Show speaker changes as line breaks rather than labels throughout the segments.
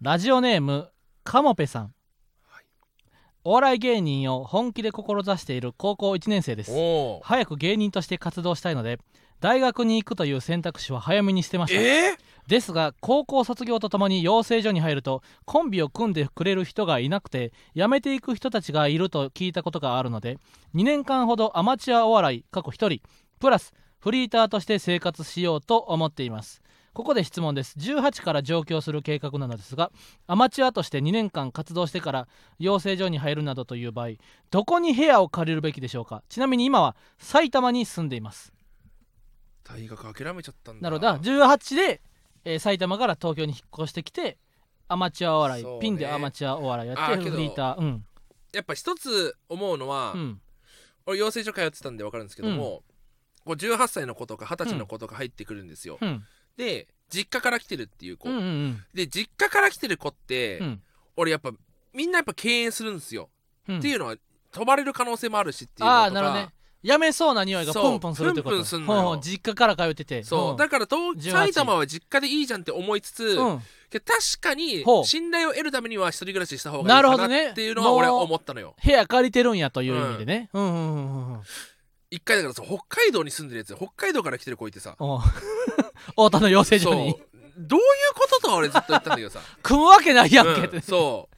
ラジオネームカモペさん、
はい
お笑い芸人を本気で志している高校1年生です
おお
早く芸人として活動したいので大学に行くという選択肢は早めに捨てました
えー、
ですが高校卒業とともに養成所に入るとコンビを組んでくれる人がいなくて辞めていく人たちがいると聞いたことがあるので2年間ほどアマチュアお笑い過去1人プラスフリーターとして生活しようと思っていますここで質問です18から上京する計画なのですがアマチュアとして2年間活動してから養成所に入るなどという場合どこに部屋を借りるべきでしょうかちなみに今は埼玉に住んでいます
大学諦めちゃったん
な
だ
るほどだから18で、えー埼玉から東京に引っ越してきてアマチュアお笑い、
そうね
ピンでアマチュアお笑いや
あ
って
ーけど
フリーターうん
やっぱ一つ思うのは、
うん
俺養成所通ってたんで分かるんですけども、こう18歳の子とか20歳の子とか入ってくるんですよ、
うん
で実家から来てるっていう子、
うんうんうん
で実家から来てる子って、
うん
俺やっぱみんなやっぱ敬遠するんですよ、
うん
っていうのは飛ばれる可能性もあるしっていうのと
あ
か
あなるほどねやめそうな匂いが
そう
プンプンするってこと
プンプンすんのよ
ほうほう実家から通ってて
そう、
ん
だから東
18
埼玉は実家でいいじゃんって思いつつ、
うん
けど確かに
ほう
信頼を得るためには一人暮らしした方がいい
なる
か
ほど
な
ね
っていうのは俺は思ったのよ
部屋借りてるんやという意味でねうんうんうんうんうん
一回だからさ北海道に住んでるやつ北海道から来てる子いてさ
おう 太田の養成所
そう
に
どういうこととは俺ずっと言ったんだけどさ
組むわけないやんけって、
うんそう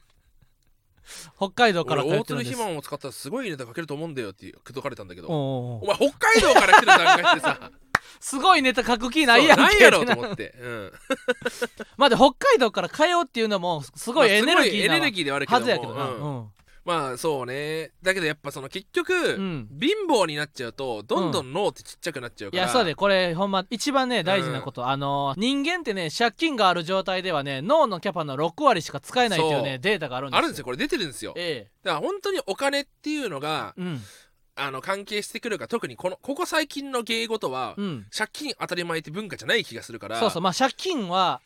北海道から
俺
通っ
大
てるん
鶴
です
ひまんを使ったらすごいネタ書けると思うんだよって口説かれたんだけ
おうお
ど
うお
お
う
前北海道から来てる段階でさ
すごいネタ書く気 ないやんけ
そうないやろと
って
思って、うん、
まだ北海道から通うっていうのもすごいエネルギー
まあすごいエ
な
ネルギーではあるけど
は
も
ずやけどな、
うん
うん
まあそうねだけどやっぱその結局、
ん
貧乏になっちゃうとどんどん脳ってちっちゃくなっちゃう
い
から、
やそうでこれほんま一番ね大事なこと、あのー人間ってね借金がある状態ではね脳のキャパの6割しか使えないっていう
そ
ね
う
データがあるんですよ
あるんですよこれ出てるんですよだか
え
ら本当にお金っていうのが
えうん
あの関係してくるか特にこのここ最近の芸事は、
うん
借金当たり前って文化じゃない気がするから
そうそうまあ借金は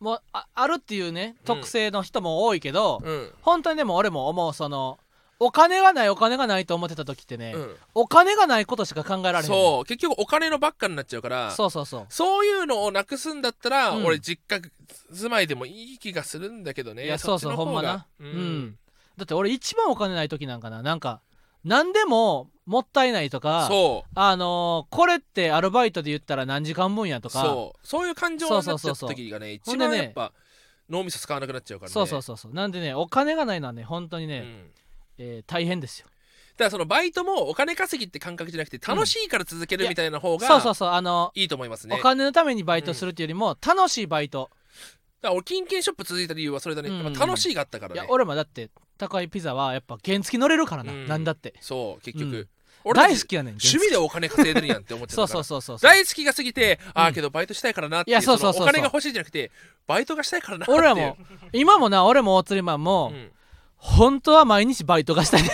もうああるっていうね特性の人も多いけど、
うん
本当にでも俺も思うそのお金がないお金がないと思ってた時ってね、
うん
お金がないことしか考えられへん
そう結局お金のばっかになっちゃうから
そうそうそう
そういうのをなくすんだったら、
うん
俺実家住まいでもいい気がするんだけどね
いやそうそう
っち
ほ
の方
んま
が
なうん、だって俺一番お金ない時なんかななんか何でももったいないとか
そう
あのーこれってアルバイトで言ったら何時間分やとか
そうそういう感情になっちゃっ
そうそう
た
そうそう
時がね
ほ
一
んでね
番やっぱ脳みそ使わなくなっちゃうからね
そうそうそうそうなんでねお金がないのはね本当にね、
うん
えー大変ですよ
だからそのバイトもお金稼ぎって感覚じゃなくて楽しいから続けるみたいな方
そうそう
が
そうあの
いいと思いますね
お金のためにバイトするっていうよりも、楽しいバイト、
だから俺金券ショップ続いた理由はそれだね、
うん
やっぱ楽しいがあったから
いや
ね
俺もだって高いピザはやっぱ原付乗れるからな、
うん
なんだって
そう結
う
局
ん、
俺たち
大好きやねん
趣味でお金稼いでるやんって思っちゃ
そ
っ
う
た
そう
から
そうそうそう
大好きが過ぎて、ああけどバイトしたいからなって
いやそう
そ
そう
の
そうそう
お金が欲しいじゃなくてバイトがしたいからなっていう
俺らも今もな俺も大釣りマンも、
うん
本当は毎日バイトがしたい ね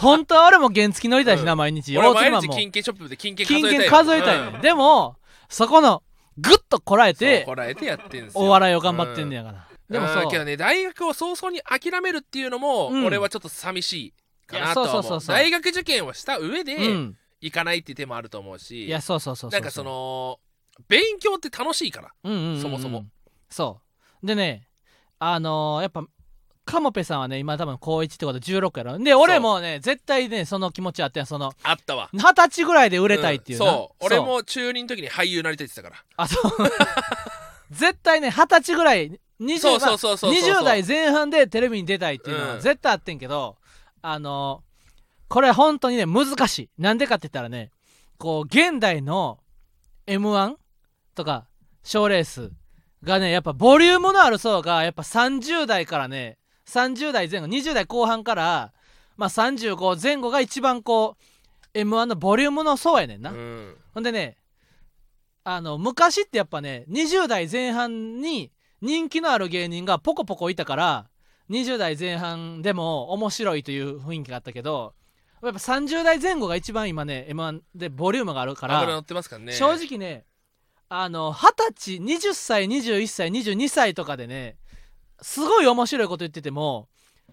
本当は俺も原付乗りたいしな、毎日
俺
大
毎
釣りマン
日
も
金券ショップで金券数え
金
たい
券数えたいね、
うん
ん、でもそこのグッとこらえ
そう
て
こらえてやってんすよ
お笑いを頑張ってんねやから、でも
うん
そ
けど
う
ね大学を早々に諦めるっていうのも、
うん
俺はちょっと寂しいか
いや
なとは思う
そうそうそうそう
大学受験をした上で、
うん
行かないっていう手もあると思うし
いやそうそうそうう
なんかその勉強って楽しいから
うんうんうんうん
そもそも
そうでねあのーやっぱカモペさんはね今多分高1ってこと16やろで俺もね絶対ねその気持ちあってんその
あったわ
二十歳ぐらいで売れたいっていうな、
んそう俺も中二の時に俳優になりたいって言ってたから
あそう絶対ね二十歳ぐらい
そう
20
そ
ま
う
あ
そうそうそう
20代前半でテレビに出たいっていうの
う
は
ん
絶対あってんけど、あのこれ本当にね難しいなんでかって言ったらねこう現代の m 1とか賞ーレースがねやっぱボリュームのある層がやっぱ30代からね30代前後20代後半から、まあ、35前後が一番こう m 1のボリュームの層やねんな、
うん
ほんでねあの昔ってやっぱね20代前半に人気のある芸人がポコポコいたから20代前半でも面白いという雰囲気があったけどやっぱ30代前後が一番今ね m 1でボリュームがあるか
脂乗
ら、
ってますからね
正直ねあの20歳20歳21歳22歳とかでねすごい面白いこと言ってても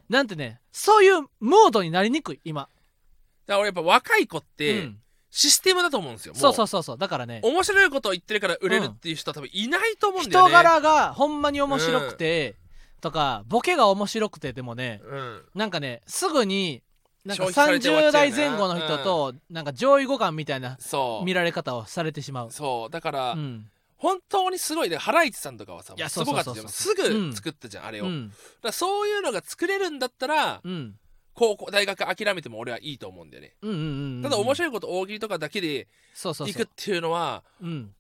なんてねそういうムードになりにくい今、
だから俺やっぱ若い子っ
う
て
ん、
システムだと思うんですよ、も
そうそうそうそうだからね
面白いことを言ってるから売れるっていう人は多分いないと思うんだよね
人柄がほんまに面白くて、とかボケが面白くてでもね
うん
なんかねすぐになんか
消費されて終
30
わっちゃう
代
よな
前後の人となんか上位互換みたいな
そう
見られ方をされてしまう。
そうだから、
うん
本当にすごいでハライチさんとかはさ
いや
すごかったじゃん
そう
す
そうそうそう
ぐ作ったじゃん、あれを、
う
だか
ん
らそういうのが作れるんだったら
うん
高校大学諦めても俺はいいと思うんだよね、
うんうんうんうん
ただ面
い
白いこと大喜利とかだけで
そうそう
い
そ
くっ
う、
ていうのは
うん、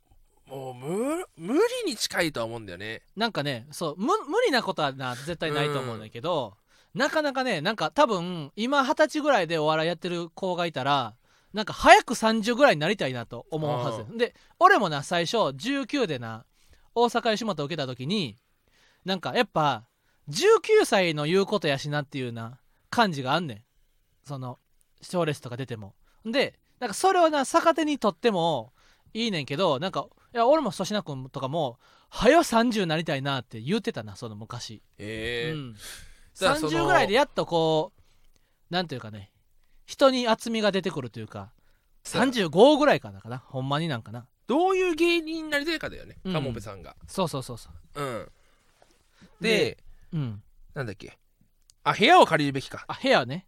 もう無無理に近いとは思うんだよね
なんかねそう無無理なことはな絶対ないと思うんだけど、なかなかねなんか多分今二十歳ぐらいでお笑いやってる子がいたらなんか早く30ぐらいになりたいなと思うは
う
ずで俺もな最初19でな大阪吉本受けた時になんかやっぱ19歳の言うことやしなっていうな感じがあんねんその賞レースとか出てもでなんかそれをな逆手にとってもいいねんけどなんかいや俺も粗品君とかも「はよ30なりたいな」って言ってたなその昔、
ええ
うん、
じゃあその
30ぐらいでやっとこうなんていうかね人に厚みが出てくるというか35ぐらいかなかなほんまになんかな
どういう芸人になりたいかだよね
うん
かもべさんが
そうそうそうそう
うんで
でうん
なんだっけあ部屋を借りるべきか
あ部屋ね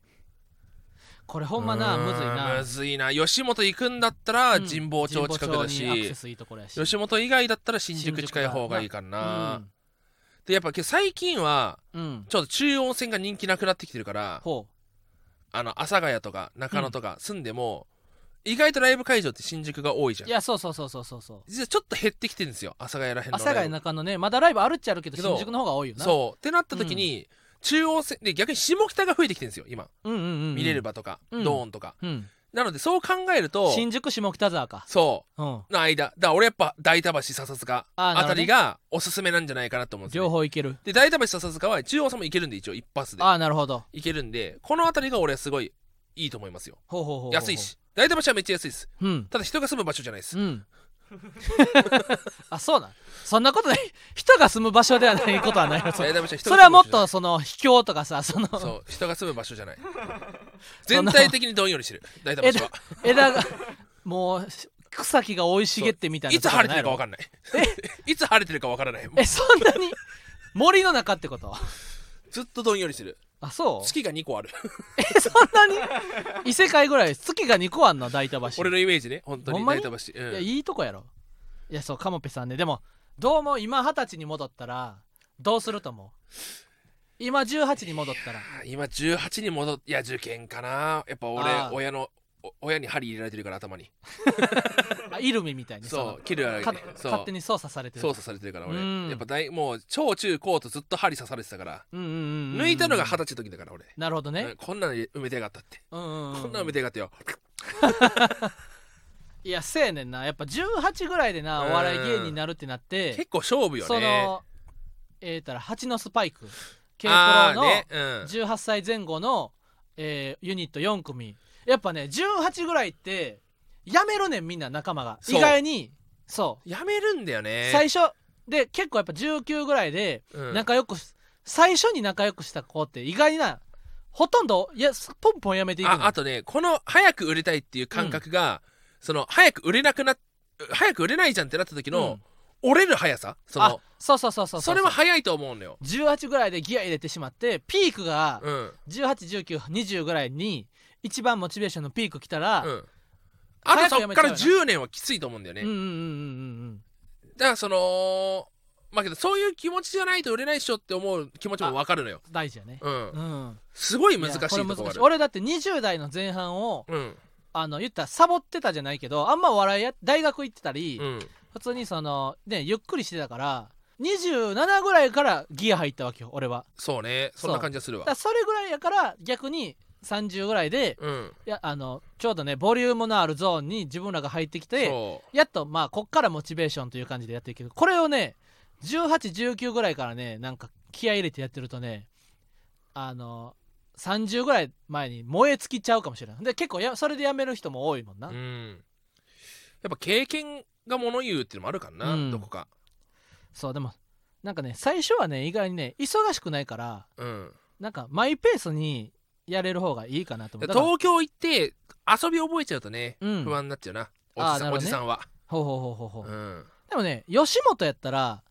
これほんまな
うー
むずいな
むずいな吉本行くんだったら
うん
神保町近くだ
神保町にアク
し
セ、スいいところやし
吉本以外だったら新宿近い方がいいかな、でやっぱけど最近は
うん、うん、
ちょっと中央線が人気なくなってきてるから
ほう
あの阿佐ヶ谷とか中野とか住んでも、意外とライブ会場って新宿が多いじゃん
いやそうそうそうそうそうそう
実はちょっと減ってきてるんですよ阿佐ヶ谷らへん
阿
の
佐ヶ
ライ
谷
ブ
中野ねまだライブあるっちゃあるけど
けど
新宿の方が多いよな
そうってなった時に、中央線で逆に下北が増えてきてるんですよ今
う、んうんうんうん、
見れる場とか、
うん
ドーンとか
うん、
なのでそう考えると
新宿下北沢か、
そ
うん、
うの間だから俺やっぱ大田橋笹塚
あーなるほどね
あたりがおすすめなんじゃないかなと思うんですよ、
両方いける
で大田橋笹塚は中央線も行けるんで一応一発で
ああなるほど
行けるんでこの辺りが俺はすごいいいと思いますよ
ほうほうほうほう
安いし大田橋はめっちゃ安いです
うん
ただ人が住む場所じゃないです
うん あそうなんそんなことない人が住む場所ではないことはないよそれ
大田橋は人
そ
が住む場所じゃない
れはもっとその秘境とかさその
そう人が住む場所じゃない全体的にどんよりしてる大田
え
橋は
枝がもう草木が生い茂ってみたいない
つ晴れてるか分
か
かんない いつ晴れてるか分からないも
えそんなに森の中ってこと
うずっとどんよりしてる
あそう
月が2個ある
えそんなに異世界ぐらい月が2個あんの大田橋
俺のイメージね本当
ほ
に
んま
大
に
田橋、うん
いやいいとこやろいやそうカモペさんねでもどうも今二十歳に戻ったらどうすると思う今18に戻ったら
あ今18に戻っいや受験かなやっぱ
あ
俺
ー
親のお親に針入れられてるから頭に
あイルミみたいに
そう
の
切るあれ
か
そう
勝手に操作されてる
操作されてるから俺
うん
やっぱ大もう小中高とずっと針刺されてたから
うんうんうんうん
抜いたのが二十歳の時だから俺
なるほど
う
ね
んこんなの埋めてやがったって
うんうんうん
こんなの埋めてやがってよ
いやせえねんなやっぱ18ぐらいでな
うん
お笑い芸人になるってなって
結構勝負よ
そ
ね
のえーたら蜂のスパイク K プ
あ
ロの
ーねうん
18歳前後の、えーユニット4組やっぱね18ぐらいってやめるねんみんな仲間が
そ
意
う
外にそう、
やめるんだよね
最初で結構やっぱ19ぐらいで
うん
仲良くし、最初に仲良くした子って意外になほとんどいやポンポンやめていくねん
ああとねこの早く売れたいっていう感覚が、その早く売れなくなっ早く売れないじゃんってなった時の、折れる速さその
あそうそうそうそうう
それは早いと思うのよ、
18ぐらいでギア入れてしまってピークが
うん
181920ぐらいに一番モチベーションのピーク来たら、
う
うん
ん、あと
早く
そ
や
っ
めちゃ
か
うよ
ら
な
10年はきついと思うんだよね、
うんうんうん
だからそのまあけどそういう気持ちじゃないと売れないっしょって思う気持ちも分かるのよ、
うん大事やね
うん
うん
すごい難しい
や
と
これ難
こがあ
しい
る
俺だって20代の前半を
うん
あの言ったらサボってたじゃないけどあんま笑いや大学行ってたり、
うん
普通にそのねゆっくりしてたから27ぐらいからギア入ったわけよ俺は
そうねそんな感じがする
だ
わ
からそれぐらいやから逆に30ぐらいで
うん
いやあのちょうどねボリュームのあるゾーンに自分らが入ってきて
そう
やっとまあこっからモチベーションという感じでやっていくけどこれをね1819ぐらいからねなんか気合い入れてやってるとねあの30ぐらい前に燃え尽きちゃうかもしれないで結構やそれでやめる人も多いもんな、
うんやっぱ経験が物言うっていうのもあるからな、
うん
どこか
そうでもなんかね最初はね意外にね忙しくないから
うん
なんかマイペースにやれる方がいいかなと思うだから
東京行って遊び覚えちゃうとね、
うん
不安になっちゃうなお
あー
じさ,、
なんるほどね
おじさんは、
ほうほうほうほうほう、
うん、
でもね吉本やったら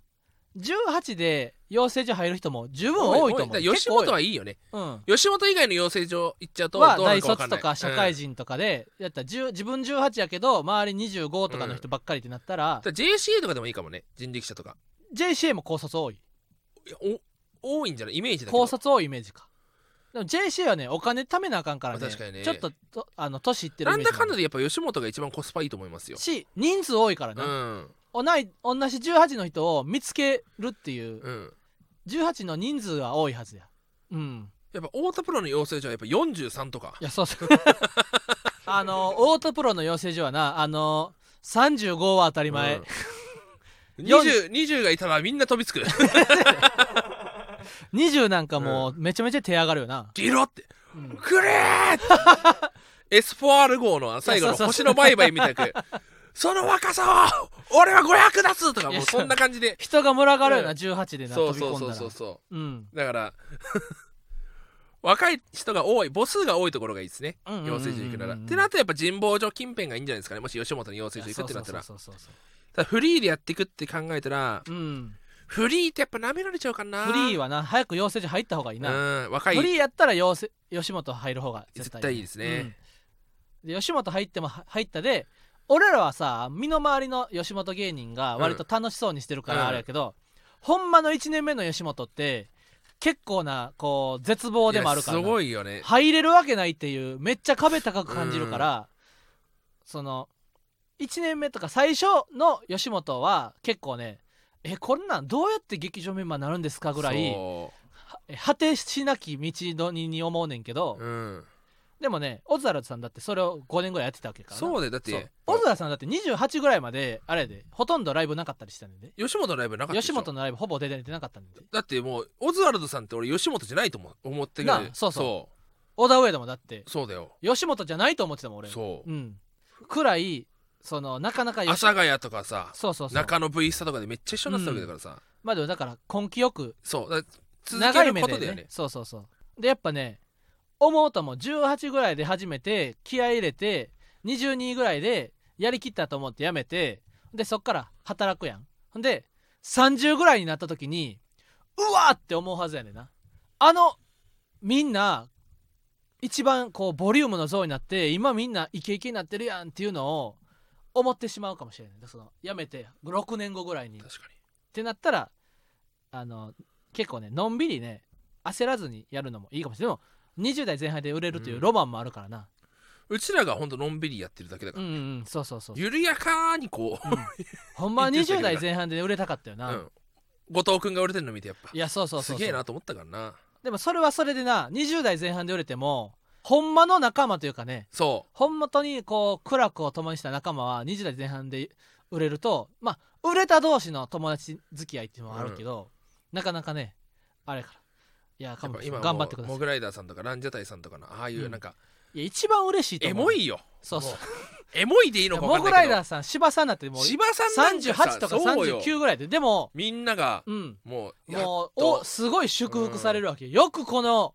18で養成所入る人も十分多いと思う
だから吉本
結構
はいいよね
多いうん
吉本以外の養成所行っちゃうと
は
どうな
大
るか分か
卒
ん
と
ない
か社会人とかでやったら10自分18やけど周り25とかの人ばっかりってなったら
うん、だから JCA とかでもいいかもね人力車とか
JCA も高卒多い
いやお多いんじゃないイメージだけど
高卒多いイメージかでも JCA はねお金貯めなあかんからね
まあ確かにね
ちょっととあの年いってるイ
なん
メージ
だかん
も
だ
あ
でやっぱ吉本が一番コスパいいと思います
る
よ
し人数多いから
う
な、
ん
同い同じ18の人を見つけるっていう
うん
18の人数は多いはずやうん
やっぱ太田プロの養成所はやっぱ43とか
いやそうそう あのオートプロの養成所はなあの35は当たり前、
うん20, 20がいたらみんな飛びつく
20なんかもうめちゃめちゃ手上がるよな、
ギロって
うん
くれーって S4R 号の最後の
そうそうそ
星
う
の売買み たくその若さを俺は500出すと
い
かも
や
うそんな感じで
人が群がるよな、
うん
18でな
そ
飛
う
び
そう
込んだ
そ
ら
うそうそう
うん
だから 若い人が多い母数が多いところがいいですね
うんうんうんうん
養
うん
成所行くならってなるとやっぱ神保町近辺がいいんじゃないですかねもし吉本に養成所行くってなったら
そうそうそうそうそ
ただフリーでやっていくって考えたら
ううん
フリーってやっぱ舐められちゃうかな
フリーはな早く養成所入った方がいいな、
うん若い
フリーやったら養成吉本入る方が絶
絶
対
対いいですね、
うんで吉本入ってもは入ったで俺らはさ身の回りの吉本芸人が割と楽しそうにしてるか
うん
らあれやけど、ほんまの1年目の吉本って結構なこう絶望でもあるから
いや
な
すごいよね
入れるわけないっていうめっちゃ壁高く感じるから、その1年目とか最初の吉本は結構ねえこんなんどうやって劇場メンバーになるんですかぐらい
そ
え果てしなき道のりに思うねんけど、
う,、うん、
でもねオズワルドさんだってそれを5年ぐらいやってたわけやからな
そうでだっ
そう
て
オズワルドさんだって28ぐらいまであれやでほとんどライブなかったりしたんでね
吉本のライブなかったでし
吉
ょ
本のライブほぼ出てなかったんで
だってもうオズワルドさんって俺吉本じゃないと思思ってる
なあそうそう
そ
オダウエダもだって
うそうだよ
吉本じゃないと思ってたもん俺
そう、
んくらいそのなかなか
阿
吉
佐ヶ谷とかさ
そうそうそう
中野 V スタとかでめっちゃ一緒になってたわけだからさ、
まあでもだから根気よく
そうだ続
長
け
い
る
目
こ
で
とだよ
ね
ね
そうそうそうでやっぱね思うともう18ぐらいで始めて気合い入れて22ぐらいでやりきったと思ってやめてでそっから働くやんほんで30ぐらいになった時にうわーって思うはずやねんなあのみんな一番こうボリュームの像になって今みんなイケイケになってるやんっていうのを思ってしまうかもしれないそのやめて6年後ぐらいに
確かに
ってなったらあの結構ねのんびりね焦らずにやるのもいいかもしれないでも20代前半で売れるといううんロマンもあるからな、
うちらがほんとのんびりやってるだけだか
うん、
ら、
うんうんそうそうそう、
緩やかにこ
うんほんまは
言ってたけど
20
な
代前半で売れたかったよ
う、う
な、
ん、後藤君が売れてるの見てやっぱ
いやそうそうそうそう
すげえなと思ったからな
でもそれはそれでな20代前半で売れてもほんまの仲間というかね
そ
本元にこう苦楽を共にした仲間は20代前半で売れるとまあ売れた同士の友達付き合いっていうのはあるけど、なかなかねあれからいや
う
かも
やぱ今
頑張ってくださ
モ
い
グライダーさんとかランジャタイさんとかのああいううんなんか、
いや一番嬉しいと
エ
思う
モいよ
そうそう
も エモいでいいのか
モ
分
グ
かん
ラ
ない
イ
け
ダ
ど
ーさん芝さんだってもう
千葉さんなんかさ
38とか
そうよ
39ぐらいででも
みんなが
うん
もうや
もう
と
おすごい祝福されるわけよよくこの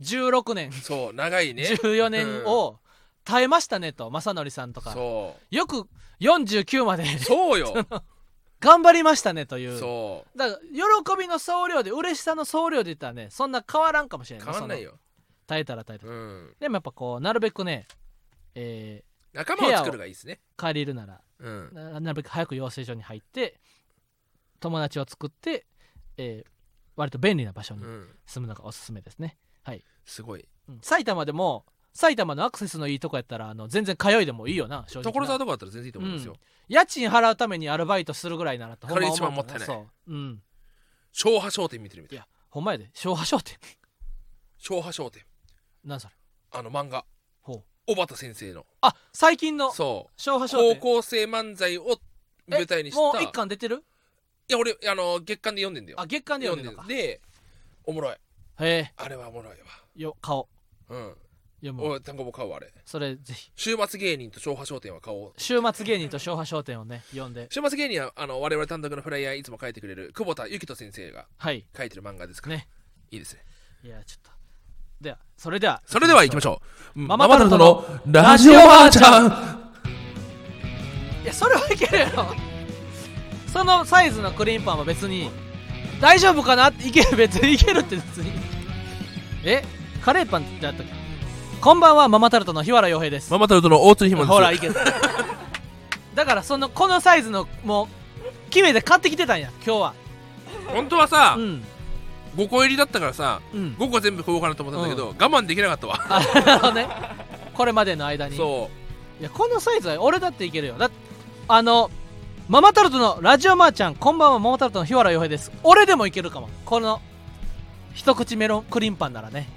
16年、
そう長いね
14年を耐えましたねと正則さんとか
そ
よく49まで
うそうよ
頑張りましたねという
そう
だから喜びの総量で嬉しさの総量で言ったらねそんな変わらんかもしれない
変わんないよ、
その耐えたら耐えたら、
うん、
でもやっぱこうなるべくね、え
仲間を作るがいいですね、
ー帰れるなら
うん、
ななるべく早く養成所に入って友達を作って、えー割と便利な場所に
うん、
住むのがおすすめですね、
すごい
うん埼玉でも埼玉のアクセスのいいとこやったらあの全然通いでもいいよな正直
所
な
沢とかだったら全然いいと思うんですよ、
う家賃払うためにアルバイトするぐらいならと
これ一番
思うけど
もっ
そううん
昭和商店見てるみたい
いやほんまやで昭和商店
昭和商店
なんそれ
あの漫画
ほう
小畑先生の
あ最近の
そ
昭和
う
商
高
店
校生漫才を
え
舞台にし
も
た
う
い
一巻出てる
や俺あの月刊で読んでんだよ
あ月刊で読んでる
ん
のか
ででおもろい
へ
あれはおもろい
えよ顔
わうん
読む
俺単語も買うわあれ
それぜひ
週末芸人と昭和商店は買おう
週末芸人と昭和商店をね読んで
週末芸人はあの我々単独のフライヤーいつも書いてくれる久保田幸人先生が
はい
書いてる漫画ですから
ね
いいですね
いやちょっとではそれでは
それでは行きましょう
マ
マ
マ
マ
タ
タ
ル
ル
ト
ト
の
の
ラ
ラ
ジ
ジ
オ
オ
ば
ば
あ
あ
ち
ち
ゃ
ゃ
ん
ん
いやそれはいけるやろそのサイズのクリームパンは別に大丈夫かないける別にいけるって別にえカレーパンってあったっけこんばんはママタルトの日原洋平です
ママタルトの大津ひもです
ほらいけた だからそのこのサイズのもう決めて買ってきてたんや今日は
本当はさ、
うん
5個入りだったからさ
うん
5個全部買おうかなと思ったんだけど、我慢できなかったわ
あなるほどねこれまでの間に
そ
いやこのサイズは俺だっていけるよだあのママタルトのラジオマーちゃんこんばんはママタルトの日原洋平です俺でもいけるかもこの一口メロンクリンパンならね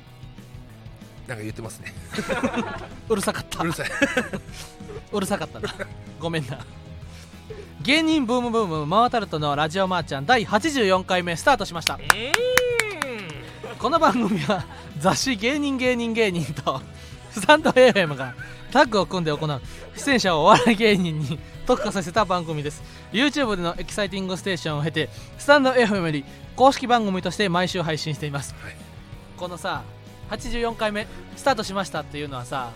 うなんか言って ますね
うるさかった
うるさい
うるさかったな ごめんな芸人ブームブームママタルトのラジオマーちゃん第84回目スタートしましたこの番組は雑誌「芸人芸人芸人」とスタンド FM がタッグを組んで行う出演者をお笑い芸人に特化させた番組です YouTube でのエキサイティングステーションを経てスタンド FM より公式番組として毎週配信しています、
はい
このさ84回目スタートしましたっていうのはさ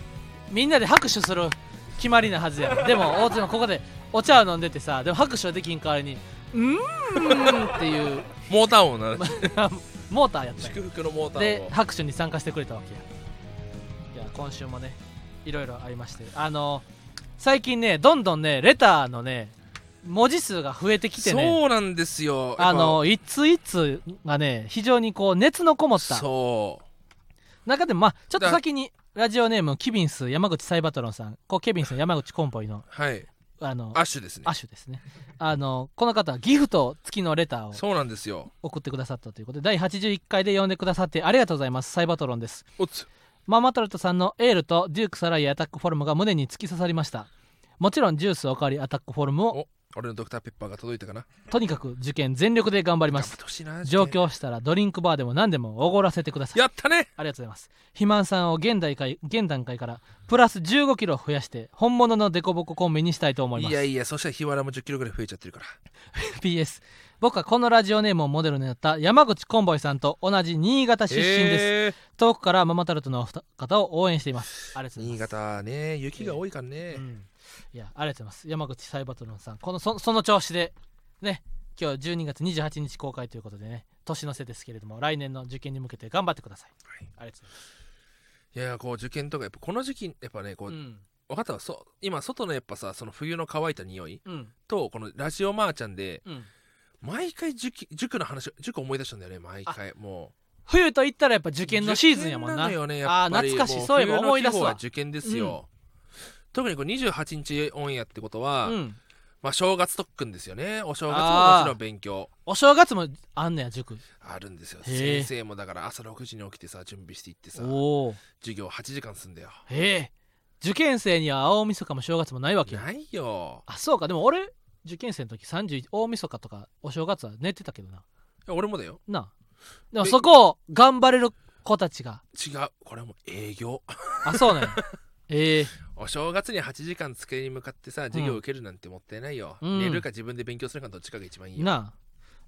みんなで拍手する決まりなはずやんでも大津のここでお茶を飲んでてさでも拍手はできん代わりに「うーん」っていう
モーター音な
モーターやったんや
祝福のモーター音
で
を
拍手に参加してくれたわけやいや今週もねいろいろありましてあの最近ねどんどんねレターのね文字数が増えてきてね
そうなんですよ
あの一通一通がね非常にこう熱のこもった
そう
中でもまあちょっと先にラジオネームケビンス山口サイバトロンさんこうケビンス山口コンポイの
はい
あの
アッシュですね
亜種ですねあのこの方はギフト付きのレターを
そうなんですよ
送ってくださったということで第81回で読んでくださってありがとうございますサイバトロンです
おつ
ママタルトさんのエールとデュークサライアタックフォルムが胸に突き刺さりましたもちろんジュースおかわりアタックフォルムを
お俺のドクターペッパーが届いたかな
とにかく受験全力で頑張りま
頑張っ
す
てほしいな
上京したらドリンクバーでも何でもおごらせてください
やったね
ありがとうございます肥満さんを現代界現段階からプラス1 5キロ増やして本物のデコボココンビにしたいと思いま
い
す
やいやそしたら日原も1 0キロぐらい増えちゃってるから
PS 僕はこのラジオネームをモデルになった山口コンボイさんと同じ新潟出身です、
え
遠くからママタルトのお二方を応援していますありがと
ー
うございま
新
す
潟ね雪が多いからね、
うんいやありがとうございます山口サイバトロンさんこのそその調子でね今日12月28日公開ということでね年の瀬ですけれども来年の受験に向けて頑張ってください、
はい
ありがとうございます、
いやこう受験とかやっぱこの時期やっぱねこう、
うん
分かったわそう今外のやっぱさその冬の乾いた匂い
うん
とこのラジオマーちゃんで
うん、
毎回塾塾の話塾思い出したんだよね毎回も
冬と言ったらやっぱ受
う
験のシーズンやもんな
受験のよねやっぱり
あー懐かしい
も
そういえば
冬の
思い出すわ
季語は受験ですよ、特にこう28日オンエアってことは、
うん、
まあ正月特訓ですよねお正月も
あー
もちろん勉強
お正月もあんねや塾
あるんですよ
へえ
先生もだから朝6時に起きてさ準備していってさ
おお
授業8時間すんだよ
へえ受験生には青晦日も正月もないわけや
ないよ
あそうかでも俺受験生の時30大晦日とかお正月は寝てたけどない
や俺もだよ
なあでもそこを頑張れる子たちが
違うこれはもう営業
あそうね ええ
お正月に8時間机に向かってさ授業受けるなんてもったいないよ、
うん
寝るか自分で勉強するかどっちかが一番いいよ
なあ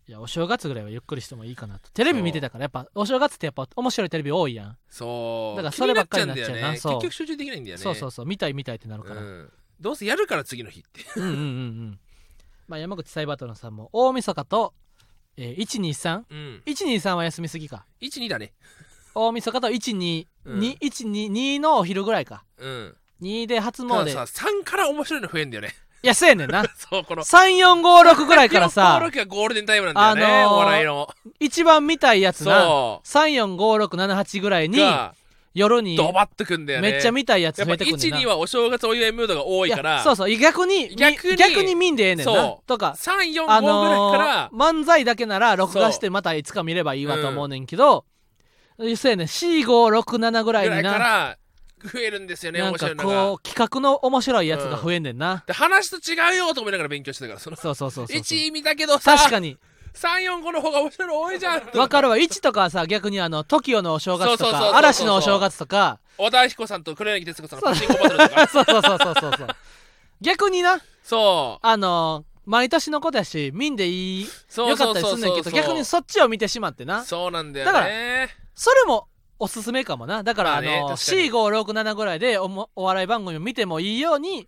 いやお正月ぐらいはゆっくりしてもいいかなとテレビ見てたからやっぱお正月ってやっぱ面白いテレビ多いやん、
そう
だからそればっかりになっちゃうな
気になっちゃうんだよね
そう
結局集中できないんだよね
そうそうそう見たい見たいってなるから、
うん、どうせやるから次の日って
うんうんうんうんまあ山口サイバトロンさんも大晦日と、えー、123123
うん
は休みすぎか
12だね
大晦日と122122、
うん
122のお昼ぐらいか
うん
2で初
ただ
詣
さ3から面白いの増えんだよね
いやそうやねんな
そうこの
3456ぐらいから さ
6がゴールデンタイムなんだよね、
あのー
お笑いの
一番見たいやつな
そ
345678ぐらいうに
が
夜に
ドバッとくんだよね
めっちゃ見たいやつ
やっ
増
ぱ
えてくんねんな
12はお正月お祝いムードが多いか
い
ら
やそうそう逆に
逆
逆
に
に逆に見んでええねんな
そう
とか
345ぐら
あ
いから
のー、漫才だけなら録画してまたいつか見ればいいわと思うねんけどそうやねん4567ぐらい
ぐら
に
い
な
から増えるんですよね
なん
面白
か
いのが
こう企画の面白いやつが増えんねんな
で話と違うよと思いながら勉強してたからその
そうそうそうそう
1意味だけどさ
確かに
345の方が面白いの多いじゃん
分かるわ1とかはさ逆にあの TOKIO のお正月
そう
と
そうそうそう
か嵐のお正月とか
小田彦さんと黒柳徹子さんの
そう
パチンコバトルとか
そうそうそうそうそうそう逆にな
そ
あのー毎年のことやし見んでいいう
そう
よか
そ
っ
う
たり
そう
すんねん
そう
けど逆にそっちを見てしまってな
そうなんだ
だ
よ
か
ね
それもおすすめかもなだから
まあ
あの、
ね確かに
4567ぐらいでおもお笑い番組を見てもいいように
い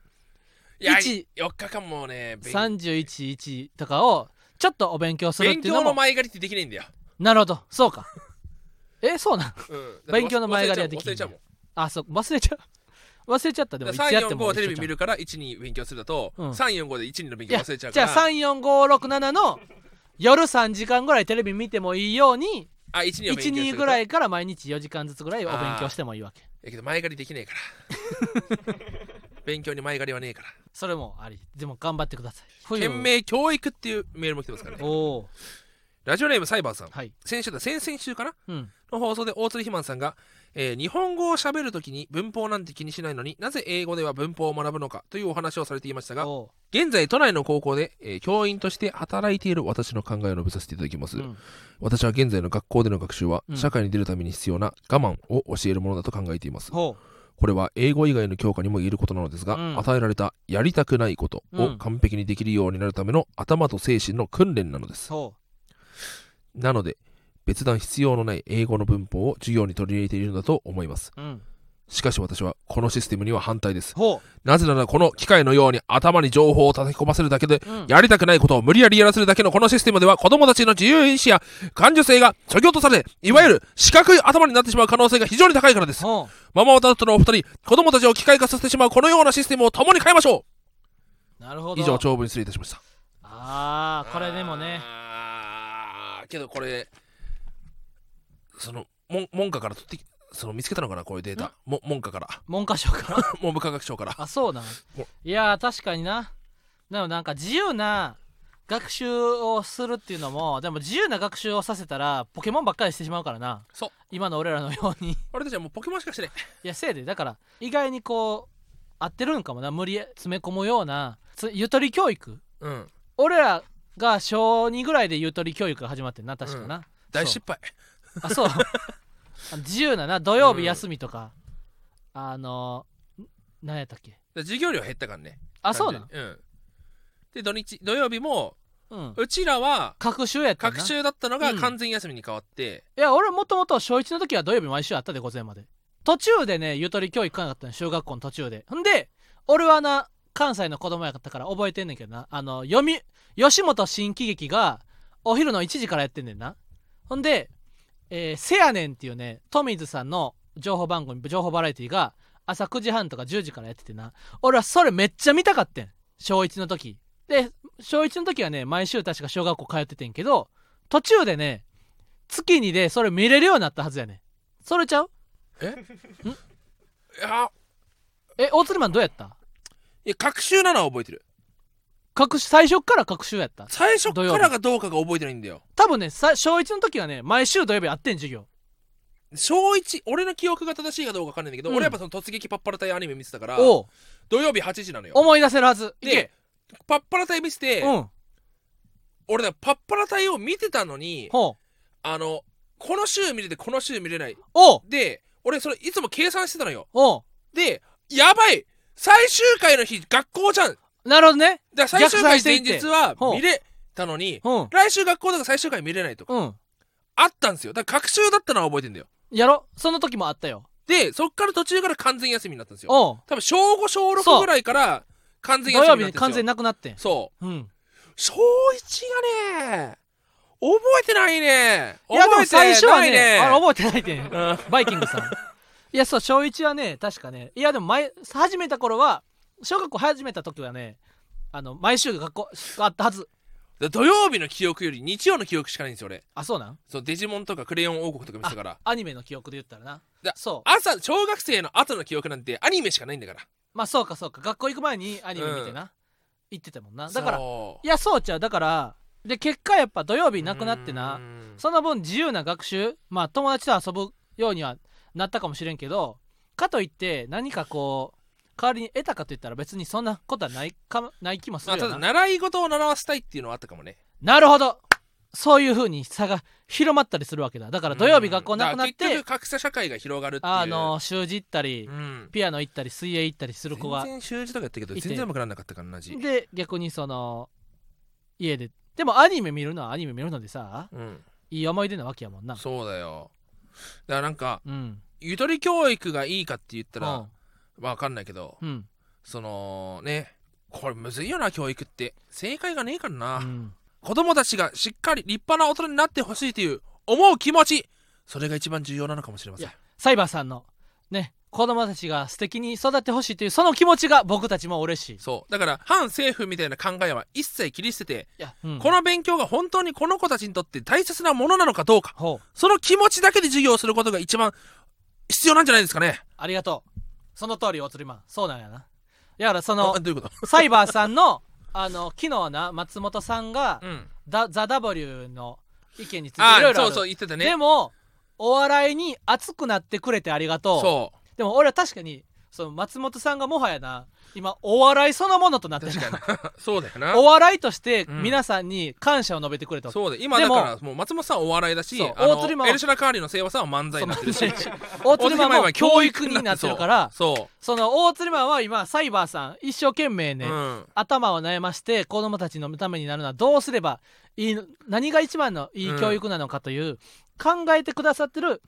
や
一
4日間もね勉
3111とかをちょっとお勉強する
勉
っていう
強
の
の
も
前借りってできないんだよ、
なるほどそうかえそうなん
うん、
勉強の前借りはできな
な
いい
忘れちゃうもん
あそう忘れちゃう忘れちゃったでもいつやっても一緒
345
じ
テ
ゃん
レビ見るから1に勉強するだと、
うん
345で1の勉
い
強
や
忘れちゃう
じ
か
ゃ
ら
あ34567の夜3時間ぐらいテレビ見てもいいように
あ1 2
12ぐら
い
いから毎日4時間ずつぐらいお勉強してもいいわけ
やけど前借りできねえから 勉強に前借りはねえから
それもありでも頑張ってください冬
懸命教育っていうメールも来てますからね
おお
ラジオネームサイバーさん
はい
先週だ先々週かな
うん
の放送で大鶴ひまんさんが、えー日本語を喋るときに文法なんて気にしないのになぜ英語では文法を学ぶのかというお話をされていましたが
お
現在都内の高校で、えー教員として働いている私の考えを述べさせていただきます、
ううん
私は現在の学校での学習は
うん
社会に出るために必要な我慢を教えるものだと考えています、
ほ
これは英語以外の教科にも言えることなのですが、
うん
与えられたやりたくないこと
う
を
ん
完璧にできるようになるための頭と精神の訓練なので
う
す、
そ
なので別段必要のない英語の文法を授業に取り入れているのだと思います
ううん
しかし私はこのシステムには反対です
ほ
なぜならこの機械のように頭に情報を叩き込ませるだけで
ううん
やりたくないことを無理やりやらせるだけのこのシステムでは子供たちの自由意志や感受性が削ぎ落とされ、いわゆる四角い頭になってしまう可能性が非常に高いからです。
ほ
ママタルトのお二人、子供たちを機械化させてしまうこのようなシステムを共に変えましょ
うなるほ
う
ど
以上、長文失礼いたしました。
ああこれでもね
あー。けどこれ、その、文文科から取ってき、その見つけたのかな、こういうデータ。も文科から。
文科省か
文部科学省から。
あそうなん
お
いやー確かになでもなんか自由な学習をするっていうのもでも自由な学習をさせたらポケモンばっかりしてしまうからな
そう
今の俺らのように い
俺たちはもうポケモンしかしてない。
やせいでだから意外にこう合ってるんかもな無理や詰め込むようなつゆとり教育
うん。
俺らが小2ぐらいでゆとり教育が始まってんな確かな、
大失敗。
あそうあ自由なな土曜日休みとか、あのー、何やったっけ
で授業料減ったからね。
あそうなん
単純にうんで土日土曜日も
うん
うちらは
各週やったな
隔週だったのが
うん
完全休みに変わって、
いや俺もともと小1の時は土曜日毎週あったで午前まで途中でねゆとり教育行かなかったの小学校の途中でほんで俺はな関西の子供やったから覚えてんねんけどなあの読み吉本新喜劇がお昼の1時からやってんねんなほんで「えーせやねん」っていうねトミーズさんの情報番組情報バラエティが朝9時半とか10時からやっててな俺はそれめっちゃ見たかってん小1の時で小1の時はね毎週確か小学校通っててんけど途中でね月にでそれ見れるようになったはずやねんそれちゃう
いや
え大鶴マンどうやった
いや隔週なのは覚えてる
各種最初っから各週やった
最初からがどうかが覚えてないんだよ
多分ねさ小1の時はね毎週土曜日あってん授業
小1俺の記憶が正しいかどうかわかんないんだけど、
うん
俺やっぱその突撃パッパラ隊アニメ見てたから
おう
土曜日8時なのよ
思い出せるはずい
で
け
パッパラ隊見てて、
うん
俺だパッパラ隊を見てたのに
ほう
あのこの週見れてこの週見れない
おう
で俺それいつも計算してたのよ
お
でやばい最終回の日学校じゃん
うなるほどね
だから最終回前
逆算し
日
て
は
ほう
見れたのに
うん
来週学校だから最終回見れないとか
うん
あったんですよだから隔週だったのは覚えてんだよ
やろその時もあったよ
でそっから途中から完全休みになったんですよ
おう
多分小5小
そ
6
う
ぐらいから完
土
全休み
曜
に
日
なっ
に
たん
完
です
全
よ
なくなってん
そう
うん
小1がね覚えてないね
いやで
覚
も
えてない
最
ね
初はねあれ覚えてないって
うん
バイキングさん。いや、そう、小1はね、確かね、いや、でも前、始めた頃は、小学校始めた時はね、あの、毎週学校があったはず。
だ土曜日の記憶より日曜の記憶しかないんですよ俺
あ、そうなん
そうデジモンとかクレヨン王国とか見てたから
アニメの記憶で言ったらな
だ。
そう。
朝小学生の後の記憶なんてアニメしかないんだから
まあ、そうか、そうか。学校行く前にアニメ見てな。行ってたもんな。だから、い
そう
や、そうちゃう。だから、で、結果やっぱ土曜日なくなってな
う。ん
その分自由な学習まあ友達と遊ぶようにはなったかもしれんけどかといって何かこう代わりに得たかといったら別にそんなことはないかもない気もす
まあ
る
た
よ
だ
な、
習い事を習わせたいっていうのはあったかもね
なるほどそういうふうに差が広まったりするわけだだから土曜日学校なくなっ
うんだから
て
結局格差社会が広がるっていう
あの習字行ったり
うん
ピアノ行ったり水泳行ったりする子
全
が
然習字とかやったけど
いて
全然うまくなんなかったからな字
で逆にその家ででもアニメ見るのはアニメ見るのでさ
うん
いい思い出なわけやもんな
そうだよだからなんか
うん
ゆとり教育がいいかって言った
う
ら
ん
わかんないけど
うん
そのねこれむずいよな教育って正解がねえから
う
なん子供たちがしっかり立派な大人になってほしいという思う気持ちそれが一番重要なのかもしれません
いサイバーさんのね子供たちが素敵に育ってほしいというその気持ちが僕たちも嬉しいい
そうだから反政府みたいな考えは一切切り捨てて、
や、うん
この勉強が本当にこの子たちにとって大切なものなのかどうか
ほう
その気持ちだけで授業をすることが一番必要なんじゃないですかね
ありがとうその通りおつりまんそうなんやなやからその
あどういうこと
サイバーさんのあの昨日な松本さんが、
うん
だザ・ W の意見について
あ
いろいろあ
そ
る
うそう言ってたね
でもお笑いに熱くなってくれてありがとう
そう
でも俺は確かにその松本さんがもはやな今お笑いそのものとなってる
確かに そうだよな
お笑いとして
うん
皆さんに感謝を述べてくれたわけ
そうだよ今
で
だ
も
からもう松本さんはお笑いだし
そう
あの
大鶴マン
エルシャラカーリーの聖和さんは漫才になってるし
そう 大鶴マンも教育になってるから
そ
その大鶴マンは今サイバーさん一生懸命
う、
ね、
うん、
頭を悩まして子供たちのためになるのはどうすればいいの何が一番のいい教育なのかという、考えてくださってる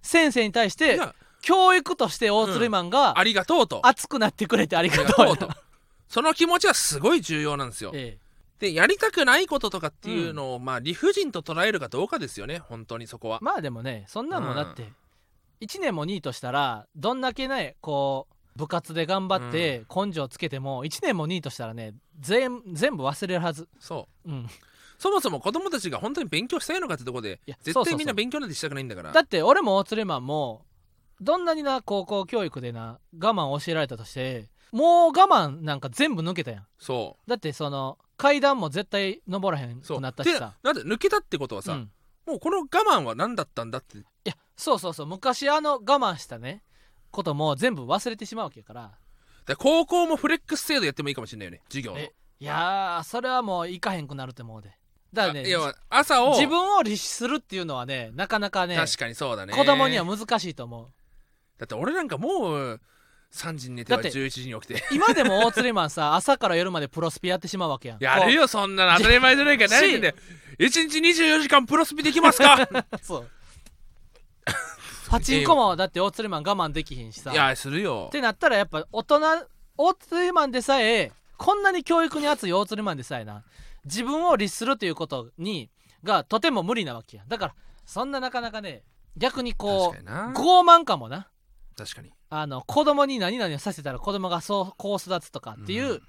先生に対して
いや
教育として大鶴マンが
ありがとうと
熱くなってくれてあり
あ
が
りが
とう
と
や
うとその気持ちはすごい重要なんですよ、
ええ
でやりたくないこととかっていうのを、まあ理不尽と捉えるかどうかですよね本当にそこは、
まあでもねそんなんもんだって、
う
1年も2位としたらどんだけねこう部活で頑張って根性つけても1年も2位としたらね全全部忘れるはず、
そう
うん、
そもそも子供たちが本当に勉強したいのかってとこで
いやそ
絶
うそうそ
対
う
みんな勉強なんてしたくないんだから
だって俺も大鶴マンもどんなにな高校教育でな我慢を教えられたとしてもう我慢なんか全部抜けたやん
そ
だってその階段も絶対登らへん
うそう
くなった
で
しさ
なんで抜けたってことはさ、
うん
もうこの我慢は何だったんだって
いやそうそうそう昔あの我慢したねことも全部忘れてしまうわけやから
だから高校もフレックス制度やってもいいかもしれないよね授業の
えいやーそれはもう行かへんくなると思うでだからね
あいや朝を
自分を律するっていうのはねなかなかね
確かにそうだね
子供には難しいと思う
だって俺なんかもう3時に寝ては
だって
11時に起きて
今でも大鶴マンさ 朝から夜までプロスピやってしまうわけやん
やるよそんなの当たり前じゃないか
し
何 でだよ1日24時間プロスピできますか
そうパチンコもだって大鶴マン我慢できひんしさ
いやするよ
ってなったらやっぱ大人大鶴マンでさえこんなに教育に熱い大鶴マンでさえな自分を律するということにがとても無理なわけやだからそんななかなかね逆にこ
確か
う
にな
傲慢かもな
確かに
あの子供に何々をさせたら子供がそうこう育つとかっていう、
うん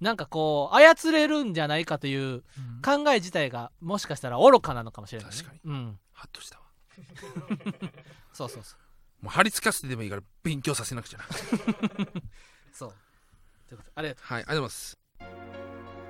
なんかこう操れるんじゃないかという考え自体がもしかしたら愚かなのかもしれない、ね、
確かに
うん
ハッとしたわ
そうそうそう
もう張り付かせてでもいいから勉強させなくちゃな
そうということでありがと
はいありがとうございます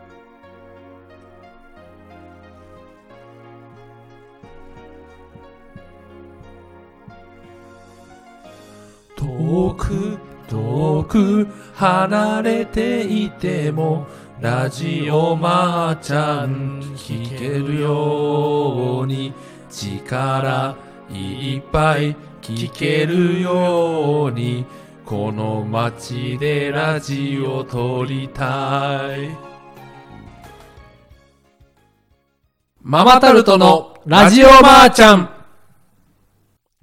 遠く遠く離れていてもラジオまーちゃん聞けるように力いっぱい聞けるようにこの街でラジオ撮りたいママタルトのラジオまーちゃん
う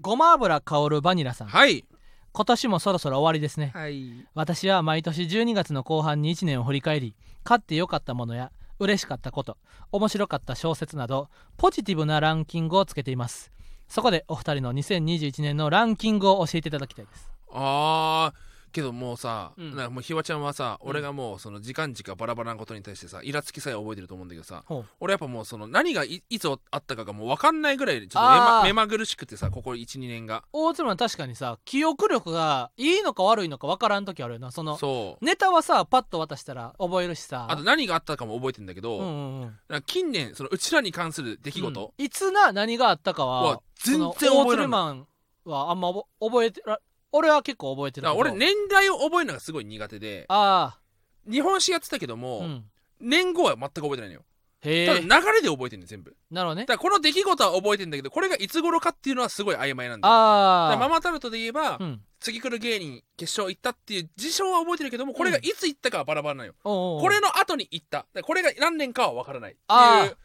ごま油香るバニラさん
はい
今年もそろそろ終わりですね
はい
私は毎年12月の後半に1年を振り返り買ってよかったものや嬉しかったこと面白かった小説などポジティブなランキングをつけていますそこでお二人の2021年のランキングを教えていただきたいです
あーけどもうさ、
うん
なんかもうひわちゃんはさ、
ん
俺がもうその時間軸がバラバラなことに対してさイラつきさえ覚えてると思うんだけどさ
ほう
俺やっぱもうその何がいいつあったかがもう分かんないぐらいちょっと目
あ
ま
ー
目まぐるしくてさここ12年が
大鶴マン確かにさ記憶力がいいのか悪いのか分からん時あるよなその
そう
ネタはさパッと渡したら覚えるしさ
あと何があったかも覚えてんだけど、
うんうんうん
なんか近年そのうちらに関する出来事
うんいつな何があったかは
は全然
その
覚え
大
られ
鶴
ない
マンはあんま覚覚えてら俺は結構覚えて
だ
るけ
から
ど
俺年代を覚えるのがすごい苦手で
あ
日本史やってたけど
あ
も、
うん
年号は全く覚えてないのよ
へ
ただ
え
流れで覚えてるの全部
なるほどね
だからこの出来事は覚えてんだけどこれがいつ頃かっていうのはすごい曖昧なんだよだ
あ
か
あ
らママタルトで言えば、
うん
次来る芸人決勝行ったっていう事象は覚えてるけどもこれがいつ行ったかはバラバラなのよ、
おうおう
これの後に行っただからこれが何年かは分からないってい
あ
う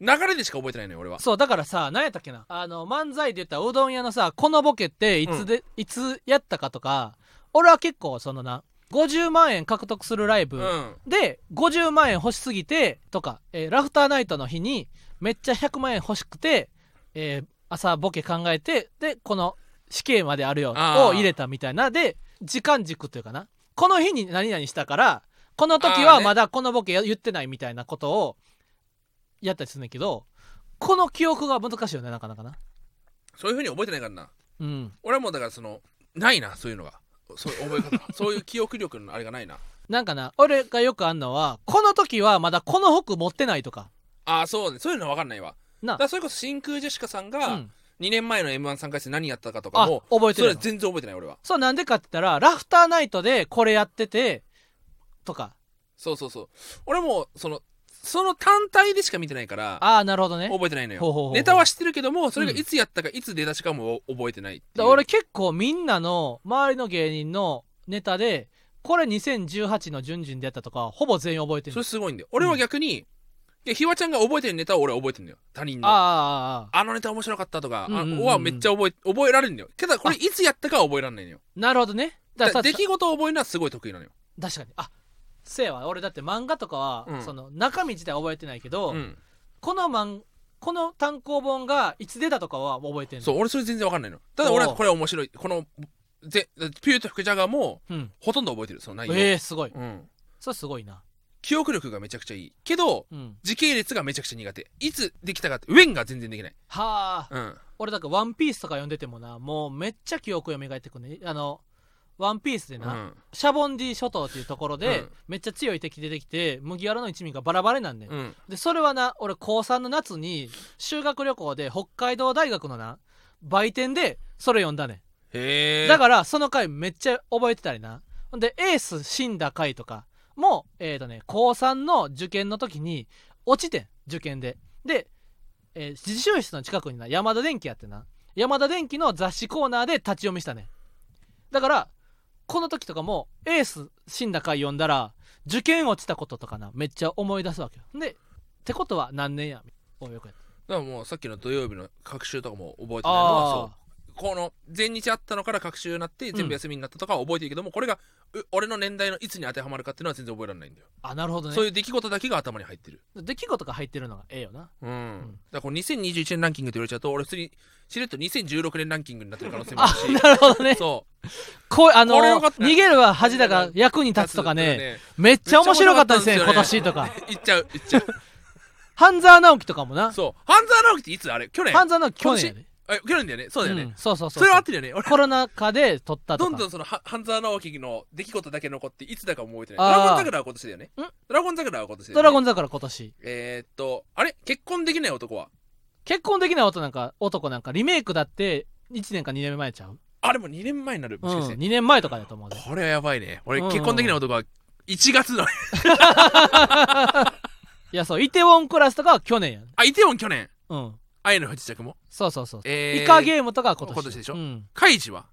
流れでしか覚えてないのよ俺は
そうだからさ何やったっけなあの漫才で言ったらうどん屋のさこのボケっていつで、いつやったかとか俺は結構そのな50万円獲得するライブ、
うん
で50万円欲しすぎてとか、えーラフターナイトの日にめっちゃ100万円欲しくて、えー朝ボケ考えてでこの死刑まであるよを
あー
入れたみたいなで時間軸というかなこの日に何々したからこの時
あー
は
ね
まだこのボケ言ってないみたいなことをやったりするんだけどこの記憶が難しいよねなかなかな。
そういうふうに覚えてないからな
うん、
俺はもうだからそのないなそういうのがそういう覚え 方そういう記憶力のあれがないな
なんかな俺がよくあんのはこの時はまだこの服持ってないとか
ああそうねそういうのは分かんないわ
な
だからそれこそ真空ジェシカさん
う
が
ん
2年前の m 1参加して何やったかとか
あ
も
覚えて
そ
る
れは
の
全然覚えてない俺は
そうなんでかって言ったらラフターナイトでこれやっててとか
そうそうそう俺もそのその単体でしか見てないから
ああなるほどね
覚えてないの
ほうほうほう
よ
ほう
ネタは知ってるけどもそれがいつやったかいつ出だしかも覚えてないってい
だ
う
俺結構みんなの周りの芸人のネタでこれ2018の順々でやったとかほぼ全員覚えて
そ
る
れすごいんだよ俺は逆に、いやひわちゃんが覚えてるネタを俺は覚えてるんだよ他人のあ
あーあーあーあ
のネタ面白かったとか、
う
あ
んうんうんうん
はめっちゃ覚え覚えられるんだよけどこれいつやったかは覚えられないのよ
ーなるほどねだ
だ
から
出
確
来事を覚えるのはすごい得意なのよ、
かにあせやわ俺だって漫画とかは、
うん
その中身自体覚えてないけど、
うん、
この漫この単行本がいつ出たとかは覚えてる
そう俺それ全然わかんないのただ俺はこれ面白いこのぜピューと福ジャガーも
う、うん、
ほとんど覚えてるその内容、
ええー、すごい
うん、
それすごいな
記憶力がめちゃくちゃいいけど
うん
時系列がめちゃくちゃ苦手いつできたかってウェンが全然できない、
はあ
うん、
俺だから「ワンピースとか読んでてもなもうめっちゃ記憶蘇ってくるねあの「ワンピースで
う
な、
ん
シャボンディ諸島っていうところで、
うん
めっちゃ強い敵出てきて麦わらの一味がバラバラになんねん、
うん、
でそれはな俺高3の夏に修学旅行で北海道大学のな売店でそれ読んだね
へ
ん
え
だからその回めっちゃ覚えてたりなほんでエース死んだ回とかもえー、とね高3の受験の時に落ちてん受験でで、えー自習室の近くにな山田電機やってな山田電機の雑誌コーナーで立ち読みしたねんだからこの時とかもエース死んだ回読んだら受験落ちたこととかなめっちゃ思い出すわけよでってことは何年やおよくやった
だからもうさっきの土曜日の学習とかも覚えてないのは
あ
そうこの前日あったのから学習になって全部休みになったとかは覚えてるけども、これがう俺の年代のいつに当てはまるかっていうのは全然覚えられないんだよ、
ーあなるほどね
そういう出来事だけが頭に入ってる
出来事が入ってるのがええよな
うん、
ん
だからこの2021年ランキングって言われちゃうと俺普通にしれっと2016年ランキングになってる可能性もあ
あ
るし
なるほどね
そ
こうあの
これよかった
逃げるは恥だが役に
う
立つとかねめっちゃ面白かったですね
めっちゃ
今
面
年
白
とか
いっちゃういっちゃう
半沢直樹とかもな
そう半沢直樹っていつあれ去年
半沢直樹去年やね
あ去年だよねそうだよね、
うんそうそうそ
そ
う
れは合ってるよね俺
コロナ禍で撮ったと
ど
か
んどんそのは半沢直樹の出来事だけ残っていつだか覚えてない
あー
ドラゴン桜は今年だよね
ん
ドラゴン桜は今年だよ、ね、
ドラゴン桜今年
えー、っとあれ結婚できない男は
結婚できない男なんか男なんかリメイクだって1年か2年前ちゃう、
あれも2年前になる
うん、
もしかして、
2年前とかだと思うで
これはやばいね俺、
うんうん
結婚できない男は1月の
いやそうイテウォンクラスとかは去年やん
あイテウォン去年
うん
愛の不時着も
そうそうそう、
えー
イカゲームとかは今年
今年でしょ
うん、
カイジは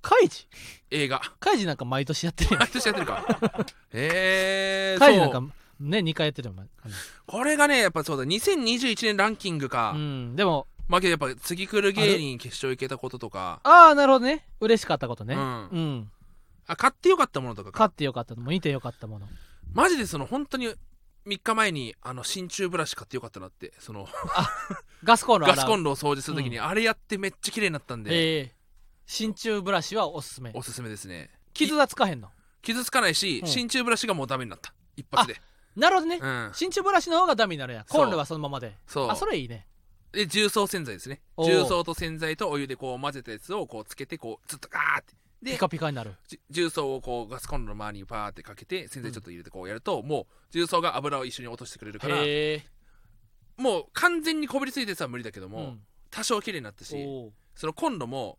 カイジ
映画
カイジなんか毎年やってるや
毎年やって るかえ
ん
ー、
カイジなん
そ
か
う
ね2回やってるよお前
これがねやっぱそうだ2021年ランキングか、
うんでも
まあけどやっぱ次来る芸人決勝行けたこととか
ああなるほどね嬉しかったことね
うん
うん
あ買ってよかったものとか
買ってよかったもの見てよかったもの
マジでその本当に3日前にあの真鍮ブラシ買ってよかったなってその
ガスコンロ洗う
ガスコンロを掃除するときにあれやってめっちゃ綺麗になったんで、
ええ真鍮ブラシはおすすめ
おすすめですね
傷がつかへんの
傷つかないし、
うん
真鍮ブラシがもうダメになった一発で
なるほどね、
うん
真鍮ブラシの方がダメになるやん
そう
コンロはそのままで
そう
あそれいいね
で重曹洗剤ですね
おー
重曹と洗剤とお湯でこう混ぜたやつをこうつけてこうずっとガーって
ピ
で
カピカになる
じ重曹をこうガスコンロの周りにパーってかけて洗剤ちょっと入れてこうやると、もう重曹が油を一緒に落としてくれるから
へえ
もう完全にこびりついてさ無理だけども、
うん
多少綺麗になったし
おー
そのコンロも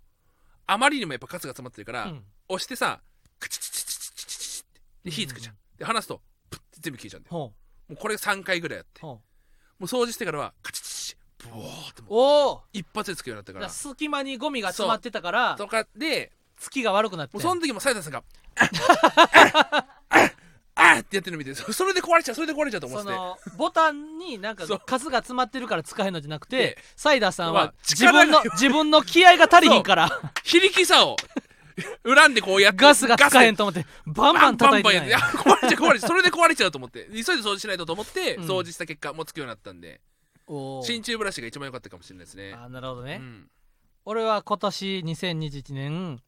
あまりにもやっぱカスが詰まってるから、
うん
押してさクチチチチチチチチってで火つくじゃん、
う
で離すとプッて全部消えちゃうんだよ
ほ
もうこれ3回ぐらいやって
うほ
もう掃除してからはカチチチチブワーって
う
もう
おお
一発でつくようになった
だ
か
から
ら
隙間にゴミが詰まってたから
とかで
月が悪くなって
もうその時も斉田さんが「あっ!あっ」あっあっってやってるの見てそそれで壊れちゃうそれで壊れちゃうと思っ
そ
てて
のボタンになんか
そう
数が詰まってるから使えんのじゃなく
で
てサイダーさん
ま
は
あ
自分
力が
の自分の気合が足りひんから
非力さを恨んでこうやって
ガスが使えん
ガ
と思ってバン
スバ
バン
ンバ
叩
ン
い
バン
て
やっ
な
て
い
いや壊れちゃう壊れちゃうそれで壊れちゃうと思って急いで掃除しないとと思って
うん
掃除した結果もうつくようになったんで
おー
真鍮ブラシが一番良かったかもしれないですね
あーなるほどね、
うん
俺は今年2021年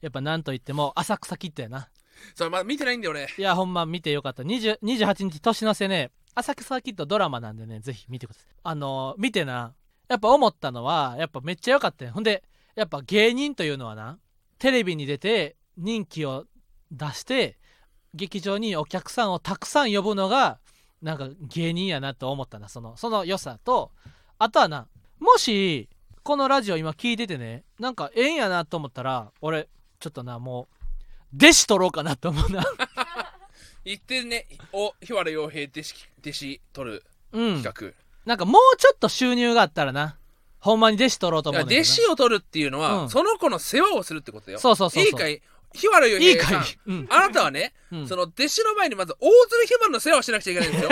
やっぱなんといっても浅草キッドやな
それまだ見てないんで俺
いやほんま見てよかった20 28日年の瀬ね浅草キッドドラマなんでねぜひ見てくださいあのー見てなやっぱ思ったのはやっぱめっちゃ良かったよほんでやっぱ芸人というのはなテレビに出て人気を出して劇場にお客さんをたくさん呼ぶのがなんか芸人やなと思ったなそのその良さとあとはなもしこのラジオ今聞いててねなんかええんやなと思ったら俺ちょっとなもう弟子取ろうかなと思うな
言ってねお日原洋平弟子弟子取る
うん
企画
なんかもうちょっと収入があったらなほんまに弟子取ろうと
い
思
や
うんだけど
弟
な
子を取るっていうのは、
うん
その子の世話をするってことよ
そうそうそうそう
いいかい日原洋
いい
平
か
さ
い
ん、
うん
あなたはね、
うん
その弟子の前にまず大鶴ひまの世話をしなくちゃいけない んですよ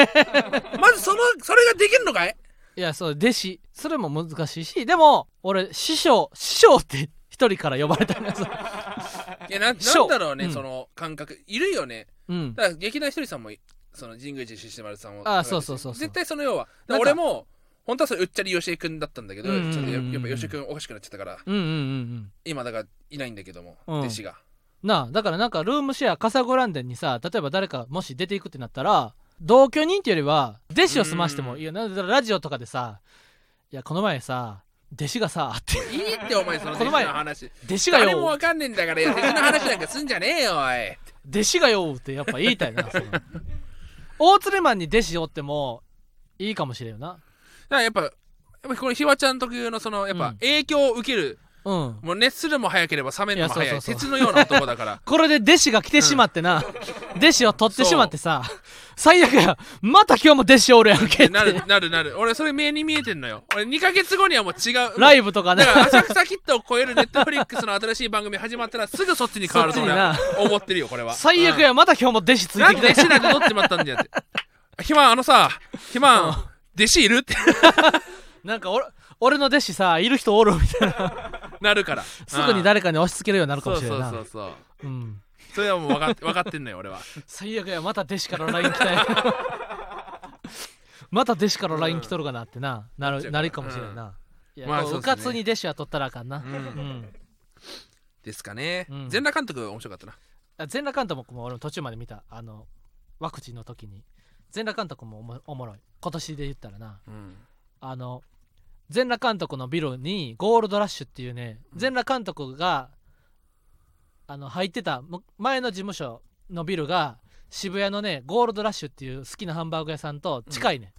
まずそのそれができるのかい
いやそう弟子それも難しいしでも俺師匠師匠って一人から呼ばれ たんです
いやな
師匠
なんだろうね、
うん
その感覚いるよね
うん
だから劇団ひとりさんもその神宮寺獅子丸さんも
あそうそうそうそう
絶対その要は
なんか
俺も本当はそれうっちゃりよしえくんだったんだけど、
うんうんうんうん
ちょっとややっぱよしえくんおかしくなっちゃったから
うんうんうんうん
今だからいないんだけども、
うん
弟子が
なあだからなんかルームシェアカサゴランデンにさ例えば誰かもし出ていくってなったら同居人っていうよりは弟子を済ましてもいいよなだからラジオとかでさ「いやこの前さ弟子がさ」って
いいってお前その弟
この
子の
前
話
「弟子が
誰も
よ
わかんねえんだ からいや弟子の話なんかすんじゃねえよおい
弟子がよ」ってやっぱ言いたいなそ の大鶴マンに弟子おってもいいかもしれんよな
だからやっぱやっぱこのひわちゃん特有のそのやっ
う
ぱ
ん
影響を受ける、
うん
もう熱するも早ければ冷めるのも
い
早い
やそうそうそ
鉄のような男だから
これで弟子が来てしまってな、弟子を取ってしまってさ最悪やまた今日も弟子おるやんけって
なるなるなる俺それ目に見えてんのよ俺2ヶ月後にはもう違う
ライブとかね
だから浅草キッドを超えるネットフリックスの新しい番組始まったらすぐそっちに変わると俺は
そっ
思ってるよこれは
最悪、やまた今日も弟子つ
うんないん
て
で
き
弟
た
子なんて取ってまったんだよってひまあのさひま弟子いるって
なんか俺俺の弟子さいる人おるみたいな
なるから
すぐに誰かに押し付けるようになるか
そ
も
う
しれな
そ
いうな
そうそう
うん、
それはもう分かって 分かってんのよ俺は
最悪やまた弟子から LINE 来たやん また弟子から LINE 来とるかなってな、な
ちゃ
る
う
なるかもしれないな、いや
まあ
こう
そう
う
っすね
かつに弟子は取ったらあかんな、
うん
うん
ですかね
うん
全裸監督面白かったな
あ全裸監督も俺も途中まで見たあのワクチンの時に全裸監督もおもおもろい今年で言ったらな
うん
あの全裸監督のビルにゴールドラッシュっていうね全裸監督があの入ってたむ前の事務所のビルが渋谷のねゴールドラッシュっていう好きなハンバーグ屋さんと近いね、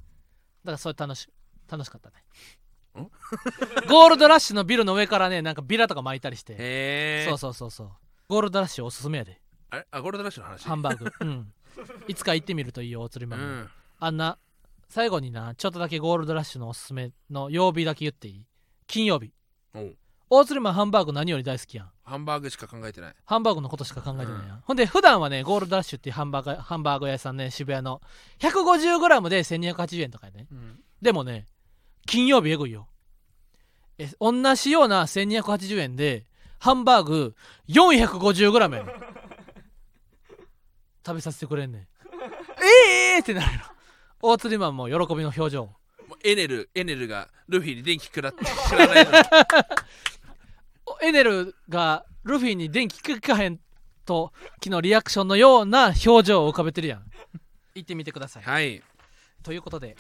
だからそれ楽し楽しかったね ゴールドラッシュのビルの上からねなんかビラとか巻いたりして
へえ
そうそうそうそうゴールドラッシュおすすめやで
あれあゴールドラッシュの話
ハンバーグ、うん、いつか行ってみるといいよお釣り
う
マン、
ん
あんな最後になちょっとだけゴールドラッシュのおすすめの曜日だけ言っていい金曜日
おう
大釣りマンハンバーグ何より大好きやん
ハンバーグしか考えてない
ハンバーグのことしか考えてないやん、ほんで普段はねゴールドラッシュっていうハンバーグハンバーグ屋さんね渋谷の 150g で1280円とかやねでもね金曜日えぐいよえ同じような1280円でハンバーグ 450g やねん食べさせてくれんねんええー、ってなるの大釣りマンも喜びの表情
もうエネルエネルがルフィに電気食ら って知らないのに
おエネルがルフィに電気かかへんと昨日リアクションのような表情を浮かべてるやん行ってみてください
はい
ということで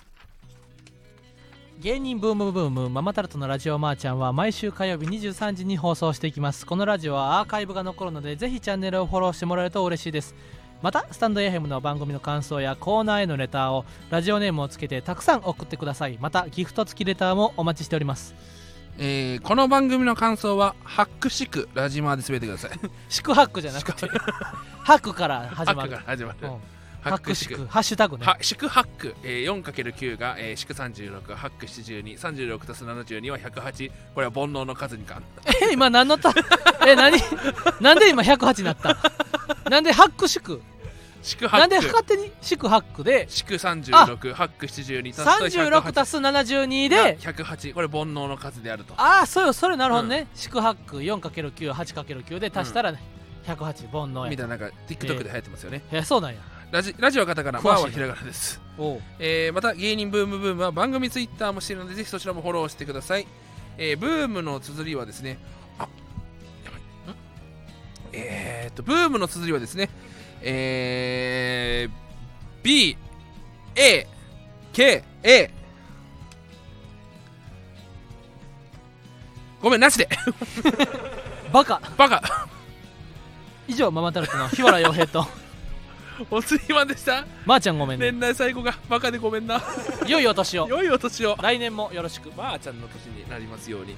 芸人ブームブームママタルトのラジオマーちゃんは毎週火曜日23時に放送していきますこのラジオはアーカイブが残るのでぜひチャンネルをフォローしてもらえると嬉しいですまたスタンド FM の番組の感想やコーナーへのレターをラジオネームをつけてたくさん送ってくださいまたギフト付きレターもお待ちしております
えーこの番組の感想は「ハックシクラジマー」で滑ってください。
宿泊じゃなくて 泊から
ハ
始ま
ック
る
から 始まる。
うん
ハッ
白
クシ
宿
ク。
ハッシュタグね
はシクハック、えー、4×9 が、えー、シク36、ハック72、36足す72は108、これは煩悩の数に関
え今 何のたえ何なんで今108になったなんでハックシク
四苦
な
八
んで
苦
勝手に四苦八苦で
四苦36八苦72足すと
36足す72で
108これ煩悩の数であると
ああそうよそれなるほどね、四苦八苦 4×98×9 で足したら108煩悩や
みたいななんか TikTok で流行ってますよね、
いやそうなんや
ラジラジオはカタカナ
詳しいね
バーはひらがなです
おう
えーまた芸人ブームブームは番組ツイッターもしているのでぜひそちらもフォローしてください、えーブームの綴りはですねあやばいんえー、っとブームの綴りはですねえー、BAKA ごめんなしで
バカ
バカ
以上ママタルトの日原洋平と
おつりまでした
まーちゃんごめんね
年内最後がバカでごめんな
良いお年を
良いお年を
来年もよろしく
まあちゃんの年になりますように